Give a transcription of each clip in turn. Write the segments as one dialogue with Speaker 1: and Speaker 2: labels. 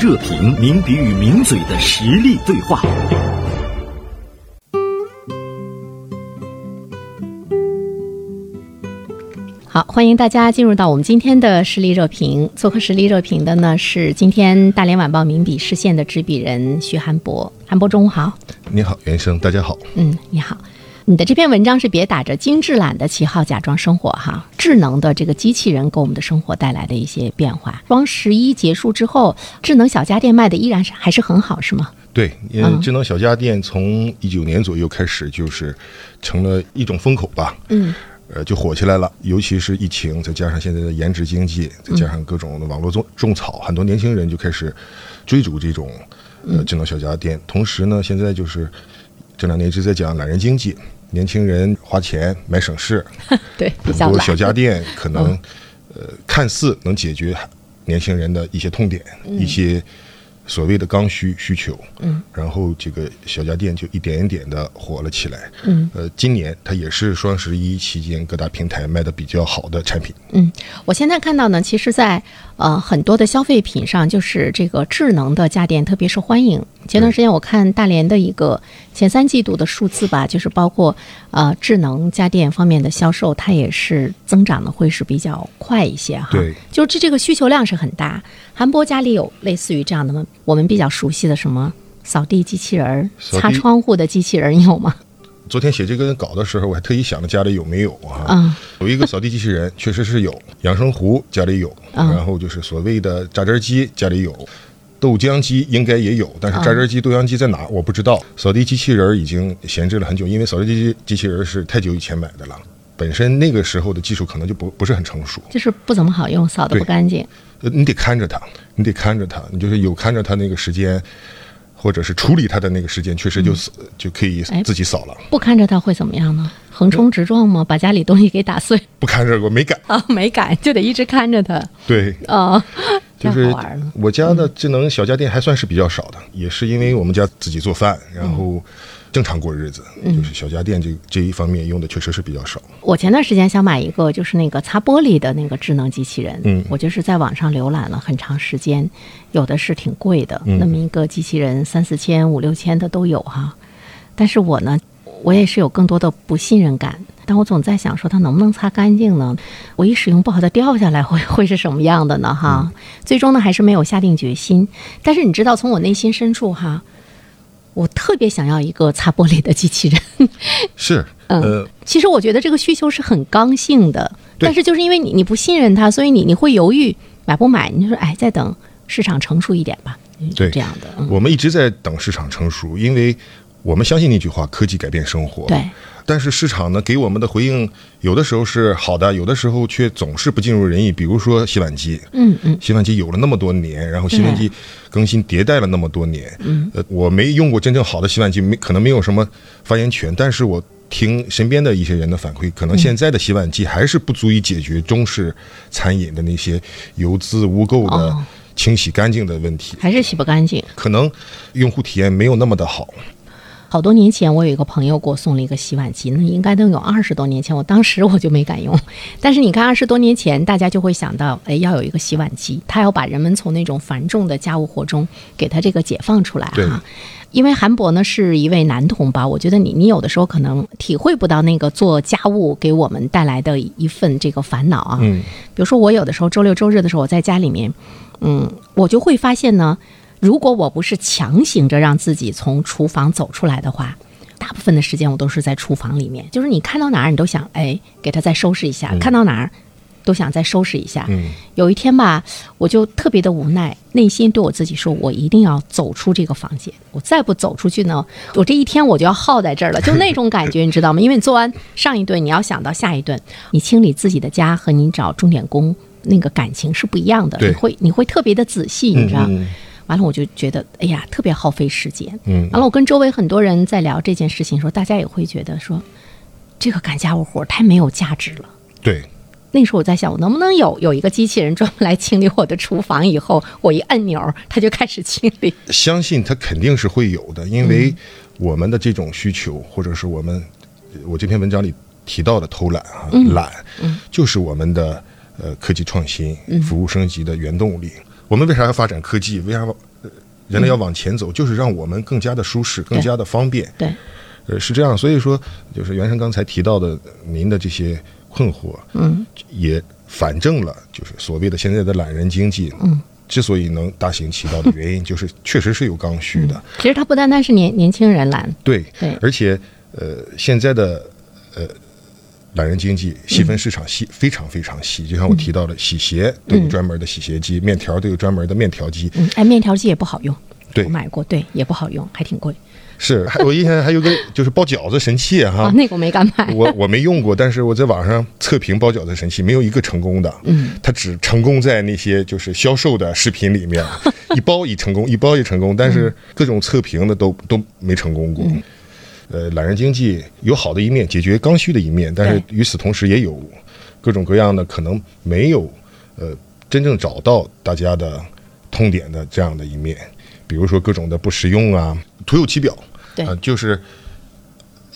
Speaker 1: 热评名笔与名嘴的实力对话。
Speaker 2: 好，欢迎大家进入到我们今天的实力热评。做客实力热评的呢是今天大连晚报名笔视线的执笔人徐寒博。寒博，中午好。
Speaker 3: 你好，袁生，大家好。
Speaker 2: 嗯，你好。你的这篇文章是别打着精致懒的旗号假装生活哈，智能的这个机器人给我们的生活带来的一些变化。双十一结束之后，智能小家电卖的依然是还是很好，是吗？
Speaker 3: 对，因为
Speaker 2: 嗯
Speaker 3: 智能小家电从一九年左右开始，就是成了一种风口吧，
Speaker 2: 嗯
Speaker 3: 呃，就火起来了。尤其是疫情，再加上现在的颜值经济，再加上各种的网络种种草，很多年轻人就开始追逐这种呃智能小家电。同时呢，现在就是这两年一直在讲懒人经济，年轻人花钱买省事，
Speaker 2: 对，比较
Speaker 3: 很多
Speaker 2: 懒
Speaker 3: 小。家电可能、呃看似能解决年轻人的一些痛点，一些所谓的刚需需求，嗯，然后这个小家电就一点一点的火了起来，嗯，呃，今年它也是双十一期间各大平台卖的比较好的产品，
Speaker 2: 我现在看到呢，其实在，呃很多的消费品上，就是这个智能的家电特别受欢迎。前段时间我看大连的一个前三季度的数字吧，就是包括呃智能家电方面的销售，它也是增长的会是比较快一些哈。
Speaker 3: 对，
Speaker 2: 就这这个需求量是很大。韩波家里有类似于这样的吗？我们比较熟悉的什么扫地机器人儿、
Speaker 3: 扫地
Speaker 2: 擦窗户的机器人儿，你有吗？
Speaker 3: 昨天写这个稿的时候，我还特意想了家里有没有啊？
Speaker 2: 嗯
Speaker 3: 有一个扫地机器人，确实是有，养生壶家里有，
Speaker 2: 嗯
Speaker 3: 然后就是所谓的榨汁机家里有，豆浆机应该也有，但是榨汁机、豆浆机在哪我不知道。扫地机器人已经闲置了很久，因为扫地机机器人是太久以前买的了，本身那个时候的技术可能就不不是很成熟。
Speaker 2: 就是不怎么好用，扫的不
Speaker 3: 对
Speaker 2: 干净。
Speaker 3: 呃，你得看着它，你得看着它，你就是有看着它那个时间，或者是处理它的那个时间，确实就、扫就可以
Speaker 2: 哎
Speaker 3: 自己扫了。
Speaker 2: 不看着它会怎么样呢？横冲直撞吗？把家里东西给打碎
Speaker 3: 不看着我没敢。
Speaker 2: 啊？没敢，就得一直看着它
Speaker 3: 对，
Speaker 2: 啊，太
Speaker 3: 就
Speaker 2: 好
Speaker 3: 是
Speaker 2: 玩嗯了。
Speaker 3: 我家的智能小家电还算是比较少的，也是因为我们家自己做饭，然
Speaker 2: 嗯
Speaker 3: 后正常过日子，就是小家电这这一方面用的确实是比较少。
Speaker 2: 我前段时间想买一个，就是那个擦玻璃的那个智能机器人，
Speaker 3: 嗯
Speaker 2: 我就是在网上浏览了很长时间，有的是挺贵的，那么一个机器人三四千、五六千的都有哈、但是我呢，我也是有更多的不信任感，但我总在想说它能不能擦干净呢？我一使用不好，它掉下来会会是什么样的呢？哈，最终呢还是没有下定决心。但是你知道，从我内心深处哈，我特别想要一个擦玻璃的机器人。
Speaker 3: 是，呃，
Speaker 2: 其实我觉得这个需求是很刚性的，
Speaker 3: 对
Speaker 2: 但是就是因为你你不信任它，所以你你会犹豫买不买，你就说哎，再等市场成熟一点吧，
Speaker 3: 对
Speaker 2: 这样的，嗯，
Speaker 3: 我们一直在等市场成熟，因为我们相信那句话：科技改变生活。
Speaker 2: 对，
Speaker 3: 但是市场呢给我们的回应，有的时候是好的，有的时候却总是不尽如人意。比如说洗碗机，
Speaker 2: 嗯嗯，
Speaker 3: 洗碗机有了那么多年，然后洗碗机更新迭代了那么多年，
Speaker 2: 嗯，
Speaker 3: 呃，我没用过真正好的洗碗机，没可能没有什么发言权，但是我听身边的一些人的反馈，可能现在的洗碗机还是不足以解决中式餐饮的那些油渍污垢的
Speaker 2: 哦
Speaker 3: 清洗干净的问题，
Speaker 2: 还是洗不干净。
Speaker 3: 可能用户体验没有那么的好，
Speaker 2: 好多年前，我有一个朋友给我送了一个洗碗机，那应该能有二十多年前，我当时我就没敢用。 但是你看，二十多年前，大家就会想到，哎，要有一个洗碗机，它要把人们从那种繁重的家务活中给它这个解放出来
Speaker 3: 对
Speaker 2: 哈。因为韩博呢是一位男同胞，我觉得你你有的时候可能体会不到那个做家务给我们带来的一份这个烦恼啊。
Speaker 3: 嗯，
Speaker 2: 比如说我有的时候周六周日的时候，我在家里面，嗯，我就会发现呢，如果我不是强行着让自己从厨房走出来的话，大部分的时间我都是在厨房里面。就是你看到哪儿，你都想哎，给它再收拾一下；看到哪儿，都想再收拾一下。
Speaker 3: 嗯
Speaker 2: 有一天吧，我就特别的无奈，内心对我自己说，我一定要走出这个房间。我再不走出去呢，我这一天我就要耗在这儿了，就那种 感觉，你知道吗？因为你做完上一顿，你要想到下一顿，你清理自己的家和你找钟点工那个感情是不一样的，
Speaker 3: 对
Speaker 2: 你会你会特别的仔细，你知道。
Speaker 3: 嗯
Speaker 2: 完了，我就觉得，哎呀，特别耗费时间。
Speaker 3: 嗯
Speaker 2: 完了，我跟周围很多人在聊这件事情的时候，大家也会觉得说，这个干家务活儿太没有价值了。
Speaker 3: 对，
Speaker 2: 那时候我在想，我能不能有有一个机器人专门来清理我的厨房？以后我一按钮，它就开始清理。
Speaker 3: 相信它肯定是会有的，因为我们的这种需求，或者是我们呃我这篇文章里提到的偷懒啊，懒，就是我们的呃科技创新、服务升级的原动力。我们为啥要发展科技？为啥人类要往前走，就是让我们更加的舒适，更加的方便。
Speaker 2: 对，
Speaker 3: 呃，是这样，所以说就是袁生刚才提到的您的这些困惑，嗯，也反证了就是所谓的现在的懒人经济，嗯，之所以能大行其道的原因， 就是确实是有刚需的，
Speaker 2: 其实它不单单是年年轻人懒，
Speaker 3: 嗯对，
Speaker 2: 对
Speaker 3: 而且呃，现在的呃懒人经济细分市场细、非常非常细，就像我提到的，洗鞋都有专门的洗鞋机，面条都有专门的面条机，
Speaker 2: 嗯，哎，面条机也不好用，
Speaker 3: 对
Speaker 2: 我买过，对，也不好用，还挺贵
Speaker 3: 是，还我印象还有个就是包饺子神器哈、
Speaker 2: 啊，那个我没敢买，
Speaker 3: 我我没用过，但是我在网上测评包饺子神器，没有一个成功的。嗯，它只成功在那些就是销售的视频里面，一包一成功，一包一成功，但是各种测评的都都没成功过。呃，懒人经济有好的一面，解决刚需的一面，但是与此同时也有各种各样的可能没有呃真正找到大家的痛点的这样的一面，比如说各种的不实用啊，徒有其表。
Speaker 2: 对
Speaker 3: 呃就是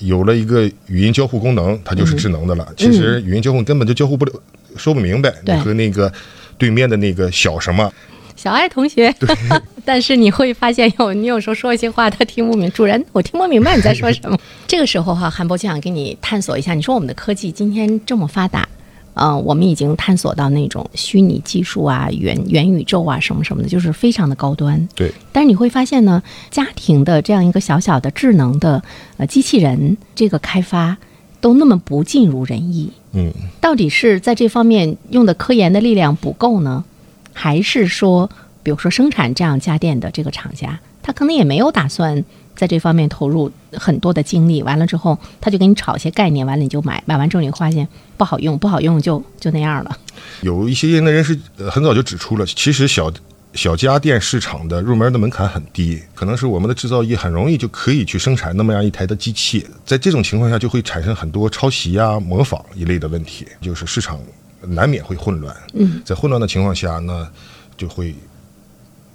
Speaker 3: 有了一个语音交互功能，它就是智能的了。其实语音交互根本就交互不了，说不明白你
Speaker 2: 对
Speaker 3: 和那个对面的那个小什么，
Speaker 2: 小爱同学， 但是你会发现有你有时候说一些话，他听不明。主人，我听不明白你在说什么。这个时候哈、韩博就想给你探索一下。你说我们的科技今天这么发达，嗯、我们已经探索到那种虚拟技术啊、元元宇宙啊什么什么的，就是非常的高端。
Speaker 3: 对，
Speaker 2: 但是你会发现呢，家庭的这样一个小小的智能的呃机器人这个开发，都那么不尽如人意。
Speaker 3: 嗯，
Speaker 2: 到底是在这方面用的科研的力量不够呢，还是说，比如说生产这样家电的这个厂家，他可能也没有打算在这方面投入很多的精力，完了之后他就给你炒一些概念，完了你就买，买完之后你发现不好用，不好用就就那样了。
Speaker 3: 有一些业内人士呃很早就指出了，其实小小家电市场的入门的门槛很低，可能是我们的制造业很容易就可以去生产那么样一台的机器，在这种情况下就会产生很多抄袭啊、模仿一类的问题，就是市场难免会混乱。嗯，在混乱的情况下呢，就会。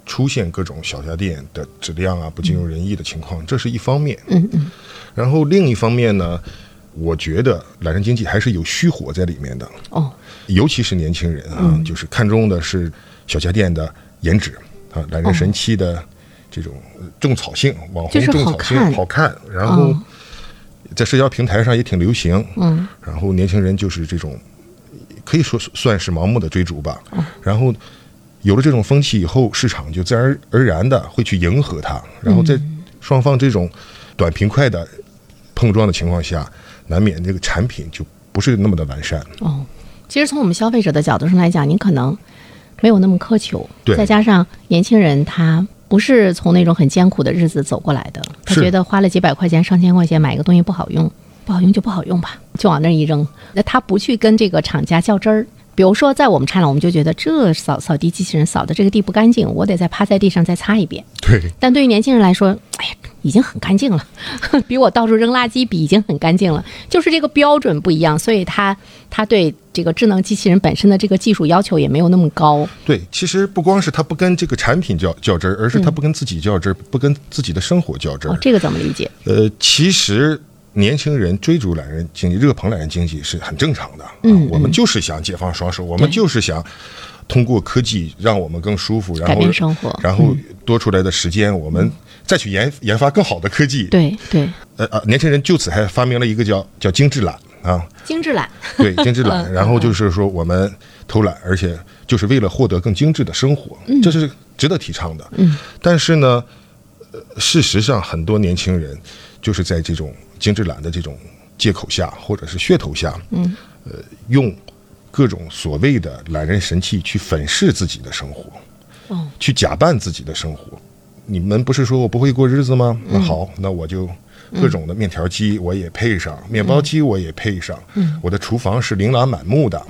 Speaker 3: 出现各种小家电的质量啊不尽如人意的情况，这是一方面。
Speaker 2: 嗯嗯，
Speaker 3: 然后另一方面呢，我觉得懒人经济还是有虚火在里面的。
Speaker 2: 哦，
Speaker 3: 尤其是年轻人啊，
Speaker 2: 嗯
Speaker 3: 就是看中的是小家电的颜值啊，懒人神器的这种呃种草性、网
Speaker 2: 哦就
Speaker 3: 红
Speaker 2: 是
Speaker 3: 种
Speaker 2: 好
Speaker 3: 草性
Speaker 2: 看哦
Speaker 3: 好看，然后在社交平台上也挺流行，嗯，然后年轻人就是这种可以说是算是盲目的追逐吧，
Speaker 2: 哦
Speaker 3: 然后。有了这种风气以后，市场就自然而然的会去迎合它，然后在
Speaker 2: 嗯
Speaker 3: 双方这种短平快的碰撞的情况下，难免这个产品就不是那么的完善。
Speaker 2: 其实从我们消费者的角度上来讲，您可能没有那么苛求，
Speaker 3: 对
Speaker 2: 再加上年轻人他。不是从那种很艰苦的日子走过来的，他
Speaker 3: 是
Speaker 2: 觉得花了几百块钱、上千块钱买一个东西不好用，不好用就不好用吧，就往那儿一扔。那他不去跟这个厂家较真儿。比如说，在我们拆了，我们就觉得这扫扫地机器人扫的这个地不干净，我得再趴在地上再擦一遍。
Speaker 3: 对，
Speaker 2: 但对于年轻人来说，哎呀，已经很干净了， 比我到处扔垃圾比已经很干净了。就是这个标准不一样，所以他他对这个智能机器人本身的这个技术要求也没有那么高。
Speaker 3: 对，其实不光是他不跟这个产品较较真儿，而是他不跟自己较真儿，不跟自己的生活较
Speaker 2: 嗯
Speaker 3: 真
Speaker 2: 哦
Speaker 3: 儿，。
Speaker 2: 这个怎么理解？
Speaker 3: 呃，其实年轻人追逐懒人经济、热捧懒人经济是很正常的。
Speaker 2: 嗯
Speaker 3: 啊，我们就是想解放双手，我们就是想通过科技让我们更舒服，然后
Speaker 2: 改变生活嗯
Speaker 3: 然后多出来的时间，我们再去研研发更好的科技。，
Speaker 2: 对对，
Speaker 3: 呃啊，年轻人就此还发明了一个叫叫精致懒啊，
Speaker 2: 精致懒，
Speaker 3: 对，精致懒。然后就是说我们偷懒，而且就是为了获得更精致的生活，这是值得提倡的。嗯，但是呢，呃事实上很多年轻人就是在这种精致懒的这种借口下，或者是噱头下，嗯，呃，用各种所谓的懒人神器去粉饰自己的生活，
Speaker 2: 哦，
Speaker 3: 去假扮自己的生活。你们不是说我不会过日子吗？那好，那我就各种的面条机我也配上，面包机我也配上，我的厨房是琳琅满目的，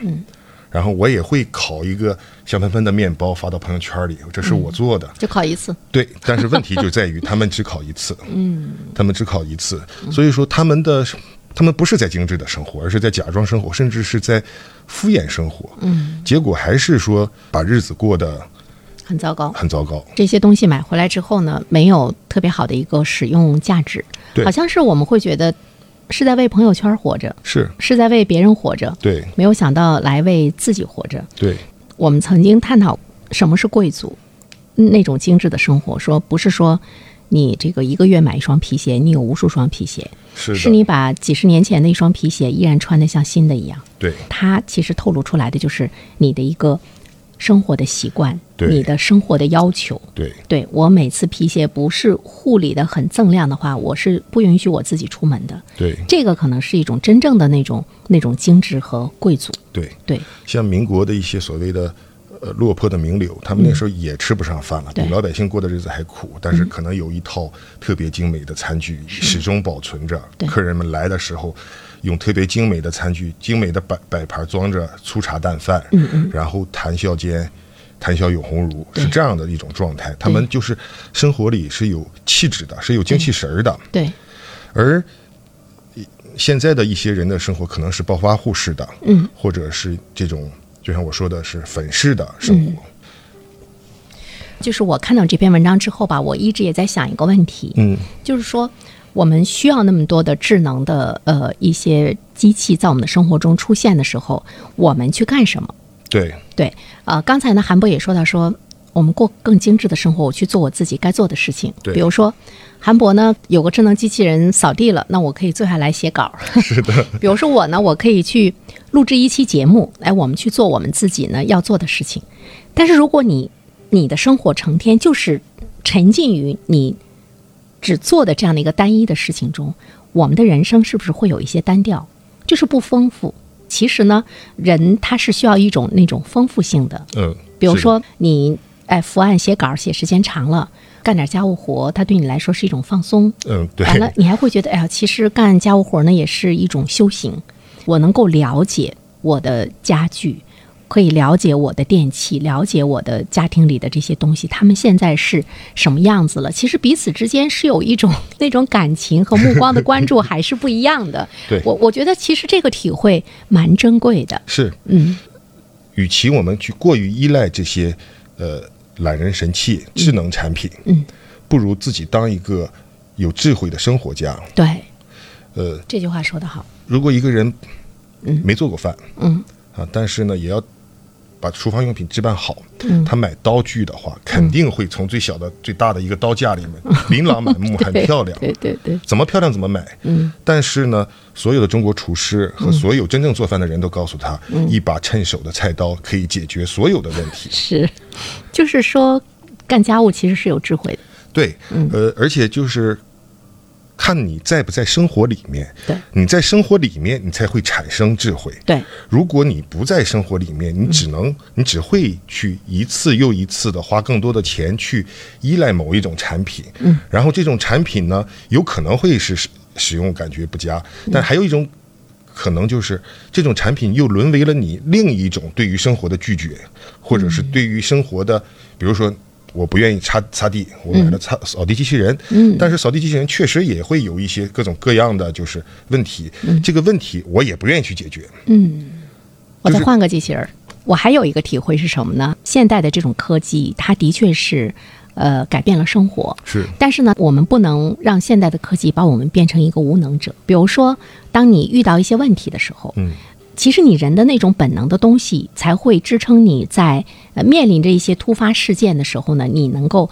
Speaker 3: 然后我也会烤一个香喷喷的面包发到朋友圈里，这是我做的。
Speaker 2: 就考一次。
Speaker 3: 对，但是问题就在于 他们只考一次，嗯，他们只考一次，所以说他们的他们不是在精致的生活，而是在假装生活，甚至是在敷衍生活，嗯，结果还是说把日子过得
Speaker 2: 很糟糕。
Speaker 3: 很糟糕，
Speaker 2: 这些东西买回来之后呢，没有特别好的一个使用价值，
Speaker 3: 对
Speaker 2: 好像是我们会觉得是在为朋友圈活着，
Speaker 3: 是
Speaker 2: 是在为别人活着，
Speaker 3: 对
Speaker 2: 没有想到来为自己活着。
Speaker 3: 对
Speaker 2: 我们曾经探讨什么是贵族，那种精致的生活，说不是说你这个一个月买一双皮鞋，你有无数双皮鞋，
Speaker 3: 是的
Speaker 2: 是你把几十年前的一双皮鞋依然穿得像新的一样。
Speaker 3: 对
Speaker 2: 它其实透露出来的就是你的一个生活的习惯，
Speaker 3: 对
Speaker 2: 你的生活的要求。
Speaker 3: 对
Speaker 2: 对我每次皮鞋不是护理的很锃亮的话，我是不允许我自己出门的。
Speaker 3: 对
Speaker 2: 这个可能是一种真正的那种那种精致和贵族。
Speaker 3: 对，
Speaker 2: 对，
Speaker 3: 像民国的一些所谓的呃落魄的名流，他们那时候也吃不上饭了，
Speaker 2: 嗯对嗯
Speaker 3: 比老百姓过的日子还苦，但是可能有一套特别精美的餐具始终保存着
Speaker 2: 对，
Speaker 3: 客人们来的时候。用特别精美的餐具、精美的摆摆盘装着粗茶淡饭，嗯嗯然后谈笑间，谈笑有鸿儒，
Speaker 2: 对
Speaker 3: 是这样的一种状态。他们就是生活里是有气质的，是有精气神儿的。
Speaker 2: 对，
Speaker 3: 而现在的一些人的生活可能是暴发户式的，
Speaker 2: 嗯，
Speaker 3: 或者是这种，就像我说的是粉饰的生活，
Speaker 2: 嗯就是我看到这篇文章之后吧，我一直也在想一个问题，
Speaker 3: 嗯，
Speaker 2: 就是说我们需要那么多的智能的呃一些机器在我们的生活中出现的时候，我们去干什么？
Speaker 3: 对
Speaker 2: 对，呃，刚才呢，韩博也说到说，我们过更精致的生活，我去做我自己该做的事情。
Speaker 3: 对
Speaker 2: 比如说，韩博呢有个智能机器人扫地了，那我可以坐下来写稿。 是的。比如说我呢，我可以去录制一期节目，哎，我们去做我们自己呢要做的事情。但是如果你你的生活成天就是沉浸于你只做的这样的一个单一的事情中，我们的人生是不是会有一些单调，就是不丰富？其实呢，人他是需要一种那种丰富性的，
Speaker 3: 嗯，
Speaker 2: 比如
Speaker 3: 是的，
Speaker 2: 说你哎伏案写稿写时间长了，干点家务活，它对你来说是一种放松。
Speaker 3: 嗯，对，
Speaker 2: 完了，你还会觉得，哎呀，其实干家务活呢也是一种修行。我能够了解我的家具，可以了解我的电器，了解我的家庭里的这些东西，他们现在是什么样子了。其实彼此之间是有一种那种感情和目光的关注，还是不一样的。
Speaker 3: 对
Speaker 2: 我我觉得其实这个体会蛮珍贵的。
Speaker 3: 是，
Speaker 2: 嗯，
Speaker 3: 与其我们去过于依赖这些呃懒人神器、智能产品，
Speaker 2: 嗯，
Speaker 3: 不如自己当一个有智慧的生活家。
Speaker 2: 对，
Speaker 3: 呃，
Speaker 2: 这句话说得好。
Speaker 3: 如果一个人没做过饭，
Speaker 2: 嗯
Speaker 3: 啊，但是呢，也要把厨房用品置办好。
Speaker 2: 嗯
Speaker 3: 他买刀具的话，肯定会从最小的、最大的一个刀架里面琳琅满目，很
Speaker 2: 对
Speaker 3: 漂亮。
Speaker 2: 对对对，
Speaker 3: 怎么漂亮怎么买。
Speaker 2: 嗯，
Speaker 3: 但是呢，所有的中国厨师和所有真正做饭的人都告诉他，
Speaker 2: 嗯
Speaker 3: 一把趁手的菜刀可以解决所有的问题。
Speaker 2: 是，就是说干家务其实是有智慧的。
Speaker 3: 对，
Speaker 2: 嗯
Speaker 3: 呃，而且就是看你在不在生活里面。
Speaker 2: 对
Speaker 3: 你在生活里面，你才会产生智慧。
Speaker 2: 对，
Speaker 3: 如果你不在生活里面，你只能、你只会去一次又一次的花更多的钱去依赖某一种产品，嗯，然后这种产品呢，有可能会是使使用感觉不佳，但还有一种可能就是这种产品又沦为了你另一种对于生活的拒绝，或者是对于生活的，比如说。我不愿意擦擦地，我买了擦扫地机器人，嗯，但是扫地机器人确实也会有一些各种各样的就是问题，这个问题我也不愿意去解决，
Speaker 2: 我再换个机器人儿。我还有一个体会是什么呢？现代的这种科技，它的确是，呃，改变了生活。
Speaker 3: 是
Speaker 2: 但是呢，我们不能让现代的科技把我们变成一个无能者。比如说，当你遇到一些问题的时候，
Speaker 3: 嗯，
Speaker 2: 其实你人的那种本能的东西，才会支撑你在呃面临着一些突发事件的时候呢，你能够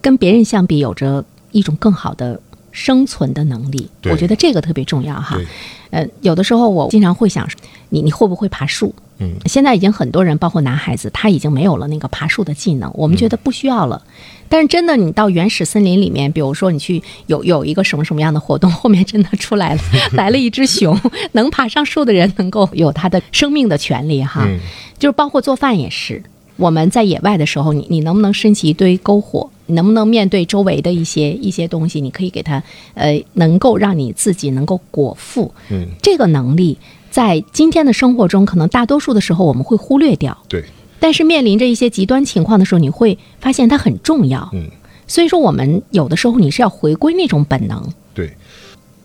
Speaker 2: 跟别人相比，有着一种更好的生存的能力。
Speaker 3: 对
Speaker 2: 我觉得这个特别重要哈。
Speaker 3: 对
Speaker 2: 呃，有的时候我经常会想，你你会不会爬树？
Speaker 3: 嗯，
Speaker 2: 现在已经很多人，包括男孩子，他已经没有了那个爬树的技能，我们觉得不需要了。但是真的，你到原始森林里面，比如说你去有有一个什么什么样的活动，后面真的出来了来了一只熊，能爬上树的人能够有他的生命的权利哈。
Speaker 3: 嗯
Speaker 2: 就是包括做饭也是，我们在野外的时候，你你能不能升起一堆篝火？你能不能面对周围的一些一些东西？你可以给它呃，能够让你自己能够果腹，
Speaker 3: 嗯，
Speaker 2: 这个能力。在今天的生活中，可能大多数的时候我们会忽略掉，
Speaker 3: 对，
Speaker 2: 但是面临着一些极端情况的时候，你会发现它很重要。
Speaker 3: 嗯，
Speaker 2: 所以说我们有的时候你是要回归那种本能。
Speaker 3: 对，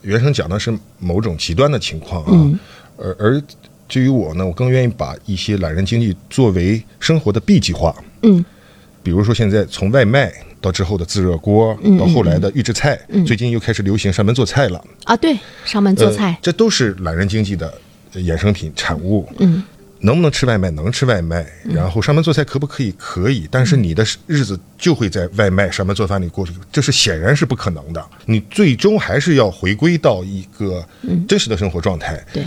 Speaker 3: 原生讲的是某种极端的情况啊，
Speaker 2: 嗯
Speaker 3: 而而至于我呢，我更愿意把一些懒人经济作为生活的 B 计划，
Speaker 2: 嗯，
Speaker 3: 比如说现在从外卖到之后的自热锅，到后来的预制菜，最近又开始流行上门做菜了，
Speaker 2: 啊，对，上门做
Speaker 3: 呃
Speaker 2: 菜，
Speaker 3: 这都是懒人经济的呃衍生品产物。
Speaker 2: 嗯，
Speaker 3: 能不能吃外卖？能吃外卖。然后上班做菜可不可以？可以。但
Speaker 2: 嗯
Speaker 3: 是你的日子就会在外卖、上班做饭里过去，这是显然是不可能的。你最终还是要回归到一个
Speaker 2: 嗯
Speaker 3: 真实的生活状态。
Speaker 2: 对，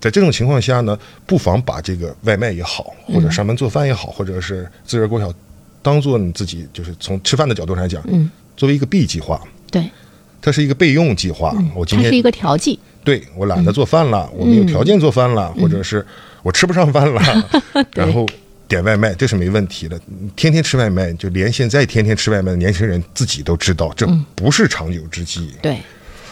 Speaker 3: 在这种情况下呢，不妨把这个外卖也好，或
Speaker 2: 嗯
Speaker 3: 者上班做饭也好，或者是自热锅小，当做你自己就是从吃饭的角度上来讲，
Speaker 2: 嗯，
Speaker 3: 作为一个 B 计划，
Speaker 2: 对，嗯
Speaker 3: 它是一个备用计划。哦我今
Speaker 2: 它
Speaker 3: 天
Speaker 2: 是一个调剂，
Speaker 3: 对我懒得做饭了，
Speaker 2: 嗯
Speaker 3: 我没有条件做饭了，或者是我吃不上 饭了，然后点外卖，这是没问题的。天天吃外卖，就连现在天天吃外卖的年轻人自己都知道，这
Speaker 2: 嗯
Speaker 3: 不是长久之计。
Speaker 2: 对。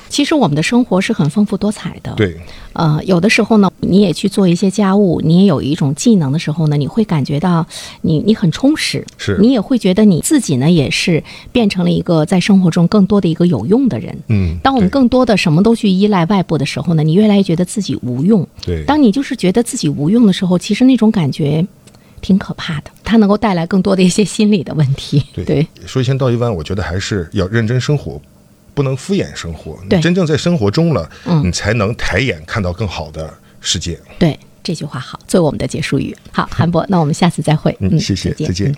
Speaker 2: 其实我们的生活是很丰富多彩的，
Speaker 3: 对，
Speaker 2: 呃，有的时候呢，你也去做一些家务，你也有一种技能的时候呢，你会感觉到你你很充实，
Speaker 3: 是
Speaker 2: 你也会觉得你自己呢也是变成了一个在生活中更多的一个有用的人。
Speaker 3: 嗯，
Speaker 2: 当我们更多的什么都去依赖外部的时候呢，你越来越觉得自己无用。
Speaker 3: 对
Speaker 2: 当你就是觉得自己无用的时候，其实那种感觉挺可怕的，它能够带来更多的一些心理的问题。
Speaker 3: 对说一千道一万，我觉得还是要认真生活。不能敷衍生活，
Speaker 2: 对
Speaker 3: 你真正在生活中了，
Speaker 2: 嗯
Speaker 3: 你才能抬眼看到更好的世界。
Speaker 2: 对，这句话好，作为我们的结束语。好，韩博，那我们下次再会。
Speaker 3: 嗯，谢谢，
Speaker 2: 再见。
Speaker 3: 再见
Speaker 2: 嗯